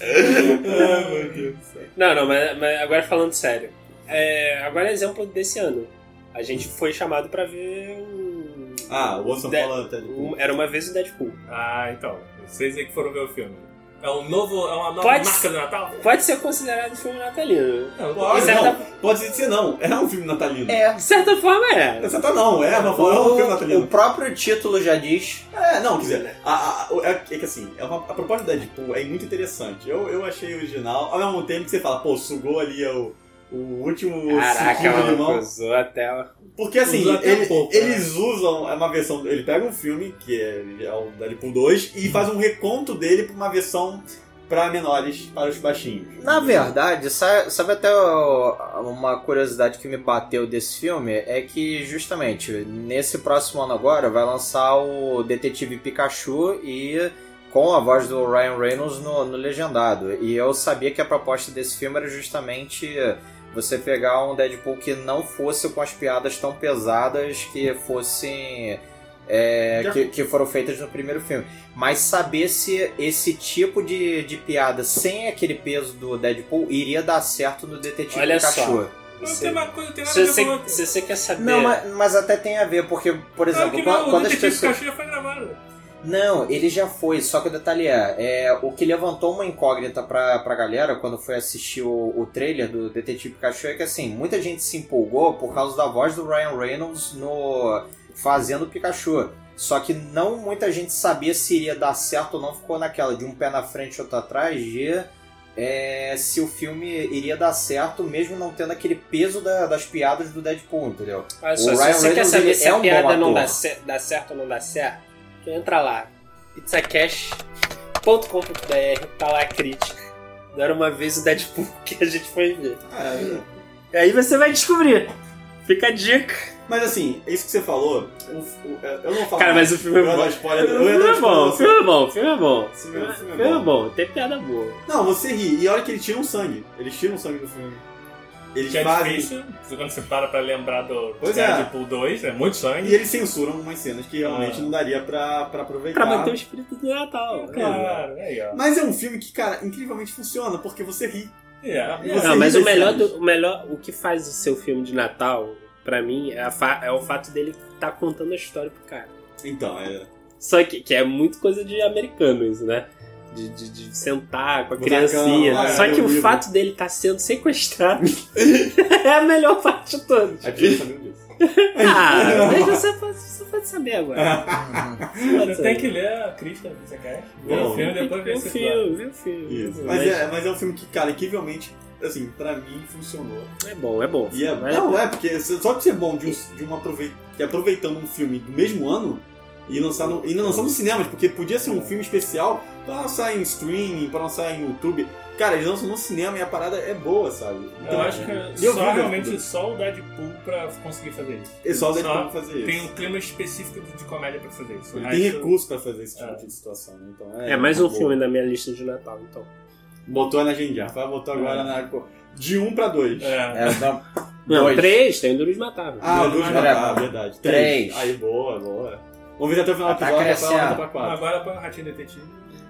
Speaker 4: Ah, meu Deus.
Speaker 5: Não, não, mas, mas agora falando sério. É, agora é exemplo desse ano. A gente foi chamado pra ver o.
Speaker 4: Ah, o Wilson
Speaker 5: De-
Speaker 4: Paulo até
Speaker 5: o- Era uma vez o Deadpool.
Speaker 6: Ah, então. Vocês aí que foram ver o filme. É um novo, é uma nova
Speaker 5: Pode-
Speaker 6: marca do Natal?
Speaker 5: Pode ser considerado um filme natalino.
Speaker 6: Ah, Não,
Speaker 4: Pode,
Speaker 5: Isso é
Speaker 4: não. Pode ser não. É um filme natalino.
Speaker 7: É.
Speaker 5: De certa forma é.
Speaker 4: Você tá não, é, mas é um filme
Speaker 7: O, o
Speaker 4: natalino.
Speaker 7: próprio título já diz.
Speaker 4: É, não, quer dizer, a, a- o- é, que- é que assim, é uma- a proposta da Deadpool é muito interessante. Eu, eu achei original, ao mesmo tempo que você fala, pô, sugou ali o, o último
Speaker 5: Caraca,
Speaker 4: suquinho do
Speaker 5: ela
Speaker 4: limão.
Speaker 5: cruzou a tela.
Speaker 4: Porque assim,
Speaker 6: Usou até
Speaker 4: ele-
Speaker 6: pouco, né?
Speaker 4: eles usam é uma versão. Ele pega um filme, que é, é o Deadpool 2, e faz um reconto dele pra uma versão pra menores, para os baixinhos.
Speaker 7: Na verdade, sabe, sabe até ó, uma curiosidade que me bateu desse filme? É que justamente nesse próximo ano agora vai lançar o Detetive Pikachu e com a voz do Ryan Reynolds no, no legendado. E eu sabia que a proposta desse filme era justamente você pegar um Deadpool que não fosse com as piadas tão pesadas que fossem. é,
Speaker 4: Já-
Speaker 7: que, que foram feitas no primeiro filme. Mas saber se esse tipo de, de piada, sem aquele peso do Deadpool, iria dar certo no Detetive
Speaker 5: Olha só.
Speaker 7: Pikachu.
Speaker 6: Mas
Speaker 5: Você-
Speaker 6: tem uma coisa, tem nada
Speaker 5: Se
Speaker 6: a ver
Speaker 5: você,
Speaker 6: com outra.
Speaker 5: se você quer saber.
Speaker 7: Não, mas, mas até tem a ver, porque, por
Speaker 6: É. Claro
Speaker 7: exemplo,
Speaker 6: que
Speaker 7: quando,
Speaker 6: não, o
Speaker 7: quando as
Speaker 6: Detetive
Speaker 7: pessoas.
Speaker 6: Pikachu já foi gravado.
Speaker 7: Não, ele já foi, só que o detalhe é, é, o que levantou uma incógnita pra, pra galera quando foi assistir o, o trailer do Detetive Pikachu é que assim, muita gente se empolgou por causa da voz do Ryan Reynolds no fazendo o Pikachu. Só que não muita gente sabia se iria dar certo ou não, ficou naquela de um pé na frente e outro atrás, de é, se o filme iria dar certo, mesmo não tendo aquele peso da- das piadas do Deadpool, entendeu?
Speaker 5: Olha
Speaker 7: O
Speaker 5: só, assim, se
Speaker 7: Ryan
Speaker 5: você quer
Speaker 7: Reynolds,
Speaker 5: saber
Speaker 7: ele
Speaker 5: se
Speaker 7: é
Speaker 5: a
Speaker 7: um bom
Speaker 5: piada não
Speaker 7: ator.
Speaker 5: dá, cer- dá certo ou não dá certo, então entra lá, pizzacash.com.br, tá lá a crítica. Não era uma vez o Deadpool [laughs] que a gente foi ver.
Speaker 4: Ah, é.
Speaker 5: E aí você vai descobrir. Fica a dica.
Speaker 4: Mas assim, isso que você falou, um o- o- é, eu não falo.
Speaker 5: Cara, mas o filme é
Speaker 4: eu ia dar
Speaker 5: bom.
Speaker 4: spoiler.
Speaker 5: O
Speaker 4: Eu ia
Speaker 5: filme
Speaker 4: dar
Speaker 5: é bom, o
Speaker 4: spoiler.
Speaker 5: filme é bom, o filme é bom.
Speaker 4: Esse filme- esse filme é
Speaker 5: Filme é bom, tem piada boa.
Speaker 4: Não, você ri. E olha que eles tiram sangue. Eles tiram sangue do filme. Eles
Speaker 6: Que é
Speaker 4: fazem.
Speaker 6: difícil, quando você para pra lembrar do
Speaker 4: Pois é.
Speaker 6: Deadpool 2, é muito sangue.
Speaker 4: E eles censuram algumas cenas que realmente
Speaker 6: Ah.
Speaker 4: não daria pra, pra aproveitar.
Speaker 5: Pra manter o espírito do Natal.
Speaker 6: Claro, aí ó.
Speaker 4: Mas é um filme que, cara, incrivelmente funciona, porque você ri.
Speaker 6: Yeah.
Speaker 4: Você
Speaker 5: É, Não,
Speaker 4: ri
Speaker 5: mas o
Speaker 4: das
Speaker 5: melhor,
Speaker 4: cenas.
Speaker 5: do- o melhor, o que faz o seu filme de Natal, pra mim, é, a fa- é o fato dele estar contando a história pro cara.
Speaker 4: Então, é.
Speaker 5: Só que, que é muito coisa de americano isso, né? De, de- de sentar com a
Speaker 4: Botacão,
Speaker 5: criancinha.
Speaker 4: ah,
Speaker 5: Só
Speaker 4: é,
Speaker 5: que
Speaker 4: eu
Speaker 5: o
Speaker 4: vi,
Speaker 5: fato dele estar sendo sequestrado [laughs] é a melhor parte de todos.
Speaker 4: A gente sabia disso.
Speaker 5: Ah, [laughs] mas você pode, você pode saber agora. Você pode
Speaker 6: Você
Speaker 5: saber.
Speaker 6: tem que ler a crítica do Zekai. Ver
Speaker 4: é. Bom,
Speaker 6: o filme e depois ver
Speaker 5: Viu o
Speaker 6: esse filme.
Speaker 5: filme, viu o filme.
Speaker 4: Isso. Mas,
Speaker 5: é Mas
Speaker 4: é, mas é um filme que, cara, incrivelmente, assim, pra mim funcionou.
Speaker 5: é bom, é bom.
Speaker 4: E é,
Speaker 5: Mas-
Speaker 4: não, é, porque só de ser bom de, um, de um aproveit- que aproveitando um filme do mesmo ano e lançar no, e lançar nos cinemas, porque podia ser um filme especial pra lançar em streaming, pra lançar em YouTube. Cara, eles lançam no cinema e a parada é boa, sabe? Então,
Speaker 6: Eu acho que
Speaker 4: E eu vi
Speaker 6: só
Speaker 4: o
Speaker 6: realmente
Speaker 4: Deadpool.
Speaker 6: só o Deadpool pra conseguir fazer isso.
Speaker 4: É só o
Speaker 6: só
Speaker 4: Deadpool fazer isso.
Speaker 6: Tem um clima específico de comédia pra fazer isso.
Speaker 4: Ele
Speaker 6: O
Speaker 4: tem
Speaker 6: resto-
Speaker 4: recurso pra fazer esse tipo
Speaker 6: É.
Speaker 4: de situação, né? Então,
Speaker 5: É mais um
Speaker 4: boa.
Speaker 5: filme na minha lista de Natal, então.
Speaker 4: Botou na Jinja. Botou agora na. De 1 pra 2.
Speaker 6: É.
Speaker 7: É, não,
Speaker 5: Não,
Speaker 7: dois.
Speaker 5: três, tem o Duros Matáveis.
Speaker 4: Ah, o Luz
Speaker 6: Era-
Speaker 4: Matar, verdade.
Speaker 7: Três.
Speaker 4: Aí, boa, boa. Vamos ver até o final do
Speaker 7: Tá
Speaker 4: episódio, depois ela
Speaker 7: crescendo.
Speaker 4: volta pra 4.
Speaker 6: Agora põe o ratinho detetive.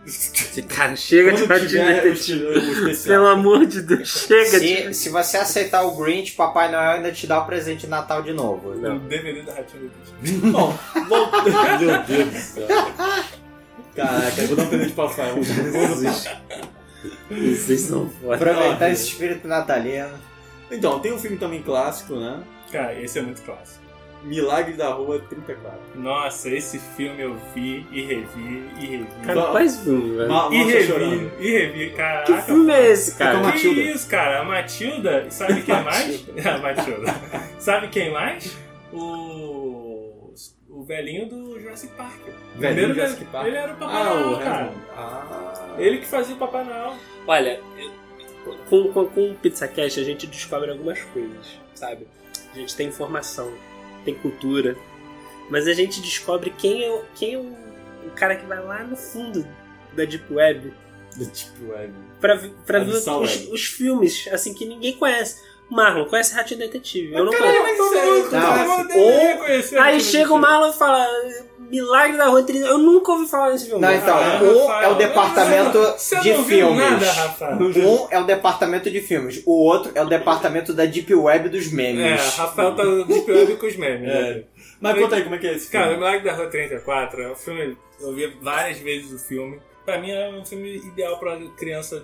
Speaker 5: Esse cara, chega de
Speaker 4: Quando tiver
Speaker 5: batida.
Speaker 4: o ti- o
Speaker 5: Pelo
Speaker 4: especial.
Speaker 5: amor de Deus, chega
Speaker 7: se,
Speaker 5: de.
Speaker 7: se você aceitar o Grinch, Papai Noel ainda te dá o presente de Natal de novo.
Speaker 5: Não.
Speaker 6: O DVD do ratinho detetive.
Speaker 4: Bom, bom, meu Deus do céu. Caraca, eu vou dar um presente pra Rafael.
Speaker 5: Vocês são foda.
Speaker 7: Aproveitar esse espírito natalino.
Speaker 4: Então, tem um filme também clássico, né?
Speaker 6: Cara, esse é muito clássico.
Speaker 4: Milagre da Rua 34.
Speaker 6: Nossa, esse filme eu vi e revi e revi.
Speaker 5: Cara, quase filme, velho.
Speaker 4: Mal,
Speaker 6: e
Speaker 4: mal tá
Speaker 6: revi,
Speaker 4: chorando.
Speaker 6: e revi, caraca.
Speaker 5: Que filme é esse, cara?
Speaker 4: Ficou uma- Matilda.
Speaker 6: Que isso, cara? A Matilda, sabe quem mais? [laughs] a Matilda. Sabe quem mais? O. O velhinho do Jurassic Park. O primeiro
Speaker 4: Velhinho Jurassic
Speaker 6: velho-
Speaker 4: Park.
Speaker 6: Ele era o Papai
Speaker 4: Ah,
Speaker 6: Noel,
Speaker 4: o
Speaker 6: cara.
Speaker 4: Raymond. Ah.
Speaker 6: Ele que fazia o Papai Noel.
Speaker 5: Olha, eu- com, com, com o PizzaCast a gente descobre algumas coisas, sabe? A gente tem informação, tem cultura, mas a gente descobre quem é, o- quem é o, o cara que vai lá no fundo da Deep Web
Speaker 4: Tipo, é.
Speaker 5: pra, vi- pra
Speaker 4: A
Speaker 5: ver
Speaker 4: missão
Speaker 5: os,
Speaker 4: web.
Speaker 5: os filmes, assim, que ninguém conhece. Marlon, conhece Ratinho Detetive? Eu não
Speaker 6: Caralho,
Speaker 5: conheço.
Speaker 6: mas isso é muito
Speaker 7: Não.
Speaker 6: clássico. deveria conhecer
Speaker 5: Aí
Speaker 6: aquilo
Speaker 5: chega
Speaker 6: do
Speaker 5: o Marlon e fala Milagre da Rua 30. Eu nunca ouvi falar desse filme.
Speaker 7: Não, então,
Speaker 6: Ah,
Speaker 7: um
Speaker 6: Rafael,
Speaker 7: é o departamento
Speaker 6: Você
Speaker 7: de
Speaker 6: não viu
Speaker 7: filmes.
Speaker 6: nada, Rafael.
Speaker 7: Um é o departamento de filmes, o outro é o departamento da Deep Web dos
Speaker 6: É,
Speaker 7: memes.
Speaker 6: Rafael tá no Deep Web com os memes.
Speaker 4: É.
Speaker 6: né?
Speaker 4: Mas conta aí, como é que é esse filme?
Speaker 6: Cara, o Milagre da Rua 34 é um filme. Eu vi várias vezes o filme. Pra mim é um filme ideal pra criança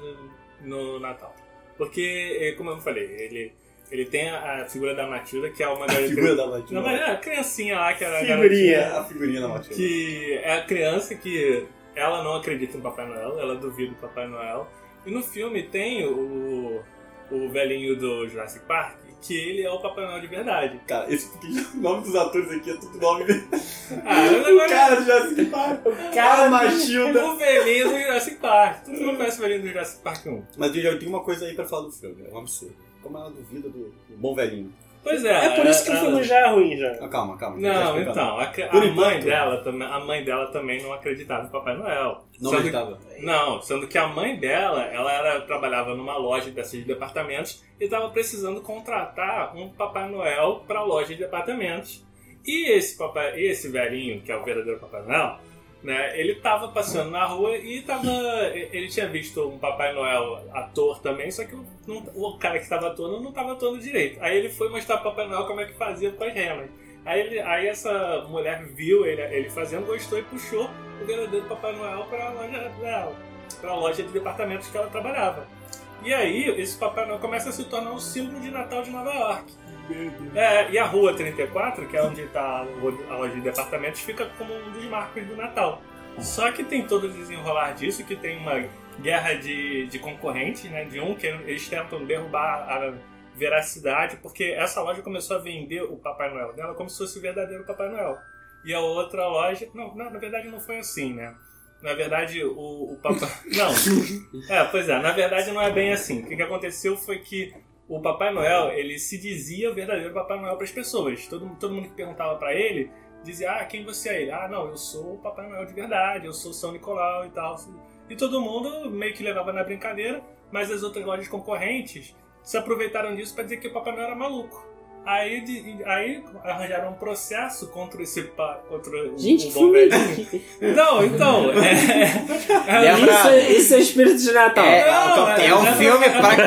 Speaker 6: no, no Natal. Porque, é, como eu falei, ele, ele tem a, a figura da Matilda, que é uma
Speaker 4: a
Speaker 6: garota-
Speaker 4: figura da
Speaker 6: Não, mas
Speaker 4: Matilda.
Speaker 6: é a criancinha lá que era. a
Speaker 4: Figurinha.
Speaker 6: garotinha,
Speaker 4: A figurinha da Matilda.
Speaker 6: Que é a criança que ela não acredita em Papai Noel, ela duvida do Papai Noel. E no filme tem o, o velhinho do Jurassic Park, que ele é o Papai Noel de verdade.
Speaker 4: Cara, esse [laughs] o nome dos atores aqui é tudo nome dele.
Speaker 6: Ah, eu
Speaker 4: o
Speaker 6: agora-
Speaker 4: cara do Jurassic Park, o cara Matilda.
Speaker 6: O velhinho do Jurassic Park. Todo mundo conhece o velhinho do Jurassic Park 1.
Speaker 4: Mas eu tenho uma coisa aí pra falar do filme, é um absurdo. Como ela duvida do, do bom velhinho.
Speaker 6: Pois é.
Speaker 5: É por isso que
Speaker 6: a-
Speaker 5: o filme já é ruim, já.
Speaker 4: Ah, calma, calma. já
Speaker 6: Não,
Speaker 4: explicando.
Speaker 6: então, a, a
Speaker 4: Por enquanto.
Speaker 6: mãe dela, também- a mãe dela também não acreditava em Papai Noel.
Speaker 4: Não
Speaker 6: Sendo-
Speaker 4: acreditava.
Speaker 6: Não, sendo que a mãe dela, ela era, trabalhava numa loja dessas de departamentos e estava precisando contratar um Papai Noel para loja de departamentos. E esse papai, e esse velhinho, que é o verdadeiro Papai Noel, né, ele estava passando na rua e tava, ele tinha visto um Papai Noel ator também, só que o, não- o cara que estava atuando não estava atuando direito. Aí ele foi mostrar pro Papai Noel como é que fazia com as remas. Aí, ele- aí essa mulher viu ele, ele fazendo, gostou e puxou o verdadeiro Papai Noel para a loja dela, para a loja de departamentos que ela trabalhava. E aí esse Papai Noel começa a se tornar um símbolo de Natal de Nova York. É, e a Rua 34, que é onde está a lo- a loja de departamentos, fica como um dos marcos do Natal. Só que tem todo o desenrolar disso, que tem uma guerra de, de concorrentes, né? De um que eles tentam derrubar a veracidade, porque essa loja começou a vender o Papai Noel dela como se fosse o verdadeiro Papai Noel. E a outra loja. Não, não, na verdade não foi assim, né? Na verdade, o, o Papai. [laughs] Não. É, pois é, na verdade não é bem assim. O que que aconteceu foi que o Papai Noel, ele se dizia o verdadeiro Papai Noel para as pessoas. Todo, todo mundo que perguntava para ele dizia: Ah, quem você é? Ele, ah, não, eu sou o Papai Noel de verdade, eu sou São Nicolau e tal. E todo mundo meio que levava na brincadeira, mas as outras lojas concorrentes se aproveitaram disso para dizer que o Papai Noel era maluco. Aí, de- aí arranjaram um processo contra esse pa- contra o,
Speaker 5: Gente,
Speaker 6: o
Speaker 5: que
Speaker 6: bom
Speaker 5: filme. é
Speaker 6: velhinho.
Speaker 7: [laughs]
Speaker 6: Não, então. É, é,
Speaker 7: Lembra-
Speaker 5: Isso, é- isso é espírito de Natal.
Speaker 7: É,
Speaker 6: Não,
Speaker 7: então,
Speaker 6: é-
Speaker 7: é, um
Speaker 6: é-
Speaker 7: filme pra
Speaker 6: é,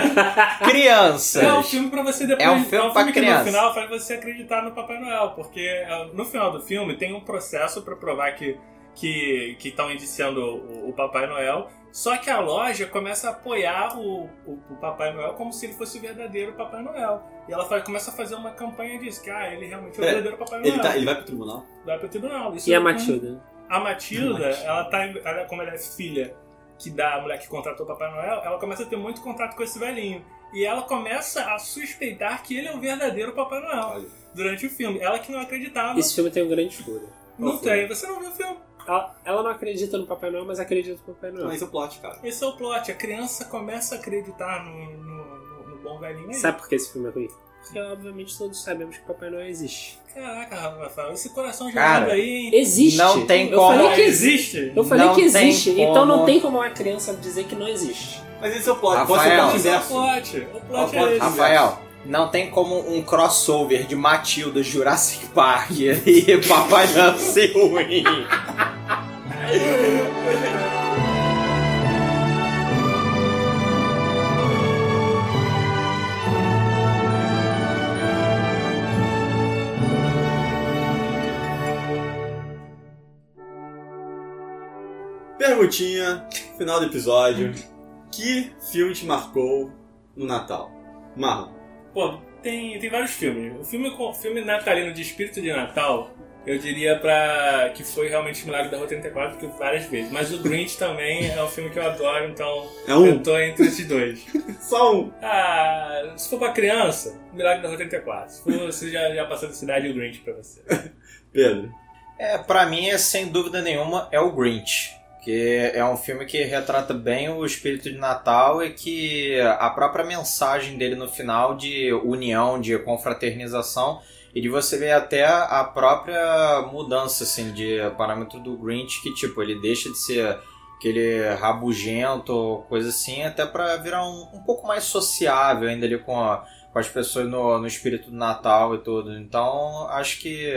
Speaker 6: um
Speaker 7: crianças.
Speaker 6: filme pra você depois.
Speaker 7: É um filme pra
Speaker 6: que
Speaker 7: criança.
Speaker 6: no final faz você acreditar no Papai Noel, porque é, no final do filme tem um processo pra provar que que que estão indiciando o, o Papai Noel. Só que a loja começa a apoiar o, o, o Papai Noel como se ele fosse o verdadeiro Papai Noel. E ela fa- começa a fazer uma campanha disso, que ah, ele realmente é o
Speaker 4: É,
Speaker 6: verdadeiro Papai Noel.
Speaker 4: Ele, tá, ele vai pro tribunal?
Speaker 6: Vai pro tribunal. Isso
Speaker 5: E a
Speaker 6: é um-
Speaker 5: Matilda?
Speaker 6: A Matilda, ela tá. em- Ela, como ela é filha que da mulher que contratou o Papai Noel, ela começa a ter muito contato com esse velhinho. E ela começa a suspeitar que ele é o verdadeiro Papai Noel
Speaker 4: Olha.
Speaker 6: durante o filme. Ela que não acreditava.
Speaker 5: Esse filme tem um grande furo.
Speaker 6: não
Speaker 4: qual foi?
Speaker 6: tem. Você não viu o filme?
Speaker 5: Ela, ela não acredita no Papai Noel, mas acredita no Papai Noel.
Speaker 4: Mas esse é o plot, cara.
Speaker 6: Esse é o plot. A criança começa a acreditar no, no, no- no bom velhinho aí.
Speaker 5: Sabe por que esse filme é ruim? porque obviamente todos sabemos que Papai Noel existe.
Speaker 6: Caraca, Rafael, esse coração
Speaker 7: Cara.
Speaker 6: gelado aí, hein?
Speaker 5: Existe!
Speaker 7: Não tem
Speaker 5: eu
Speaker 7: como.
Speaker 5: Falei que existe.
Speaker 4: Existe!
Speaker 5: Eu falei
Speaker 7: Não
Speaker 5: que
Speaker 7: tem
Speaker 5: existe, então não
Speaker 7: como.
Speaker 5: tem como uma criança dizer que não existe.
Speaker 4: Mas esse é o plot, pode ser
Speaker 7: Rafael.
Speaker 4: o plot
Speaker 6: Esse é o
Speaker 4: inverso.
Speaker 6: plot. O plot
Speaker 4: Ah,
Speaker 6: é esse.
Speaker 7: Rafael, não tem como um crossover de Matilda, Jurassic Park [laughs] e Papai Noel ser ruim.
Speaker 4: Perguntinha, final do episódio. Que filme te marcou no Natal? Marlon.
Speaker 6: Pô, tem, tem vários filmes. O filme, com- filme natalino de espírito de Natal, eu diria pra, que foi realmente o Milagre da Rua 34, porque várias vezes. Mas o Grinch também é um filme que eu adoro, então
Speaker 4: É um?
Speaker 6: eu tô entre esses dois.
Speaker 4: Só um.
Speaker 6: Ah, se for pra criança, Milagre da Rua 34. Se for, você já, já passou da cidade, o Grinch pra você.
Speaker 4: Pedro.
Speaker 7: É, pra mim, é, sem dúvida nenhuma, é o Grinch. Que é um filme que retrata bem o espírito de Natal e que a própria mensagem dele no final de união, de confraternização e de você ver até a própria mudança assim, de parâmetro do Grinch, que tipo, ele deixa de ser aquele rabugento, coisa assim, até pra virar um, um pouco mais sociável ainda ali com, a- com as pessoas no, no espírito do Natal e tudo. Então, acho que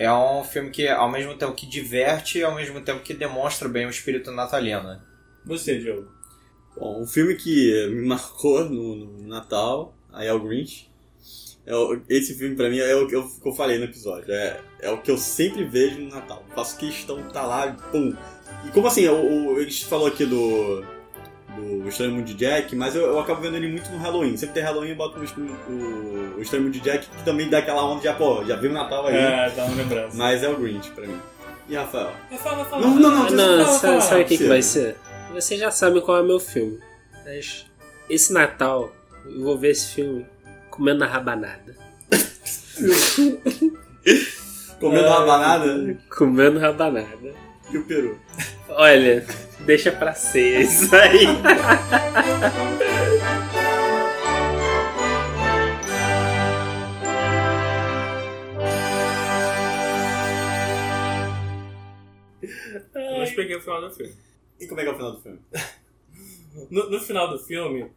Speaker 7: é um filme que, ao mesmo tempo que diverte, e ao mesmo tempo que demonstra bem o espírito natalino. né?
Speaker 6: Você, Diogo.
Speaker 4: Bom, um filme que me marcou no, no Natal, aí é o Grinch. É o- esse filme pra mim é o que eu, que eu falei no episódio. É, é o que eu sempre vejo no Natal. Faço questão, tá lá, pum. E como assim, o, o, eles falou aqui do. do Estranho Mundo de Jack, mas eu, eu acabo vendo ele muito no Halloween. Sempre tem Halloween eu boto o, o, o Estranho Mundo de Jack, que também dá aquela onda de, ah, pô, já viu o Natal aí.
Speaker 6: É, dá uma lembrança.
Speaker 4: Mas é o Grinch pra mim. E Rafael?
Speaker 6: Mas fala, fala.
Speaker 4: Não, não, não,
Speaker 6: fala,
Speaker 5: Ah, Não,
Speaker 6: fala,
Speaker 5: sabe,
Speaker 6: fala.
Speaker 5: sabe o que, que
Speaker 4: Sim.
Speaker 5: vai ser? Vocês já sabem qual é o meu filme. Mas esse Natal, eu vou ver esse filme comendo a rabanada. [laughs]
Speaker 4: Comendo uma banana
Speaker 5: Comendo rabanada.
Speaker 4: e o peru.
Speaker 5: Olha, deixa pra ser é isso aí.
Speaker 6: Eu não expliquei o final do filme.
Speaker 4: E é como é que é o final do filme?
Speaker 6: No, no final do filme,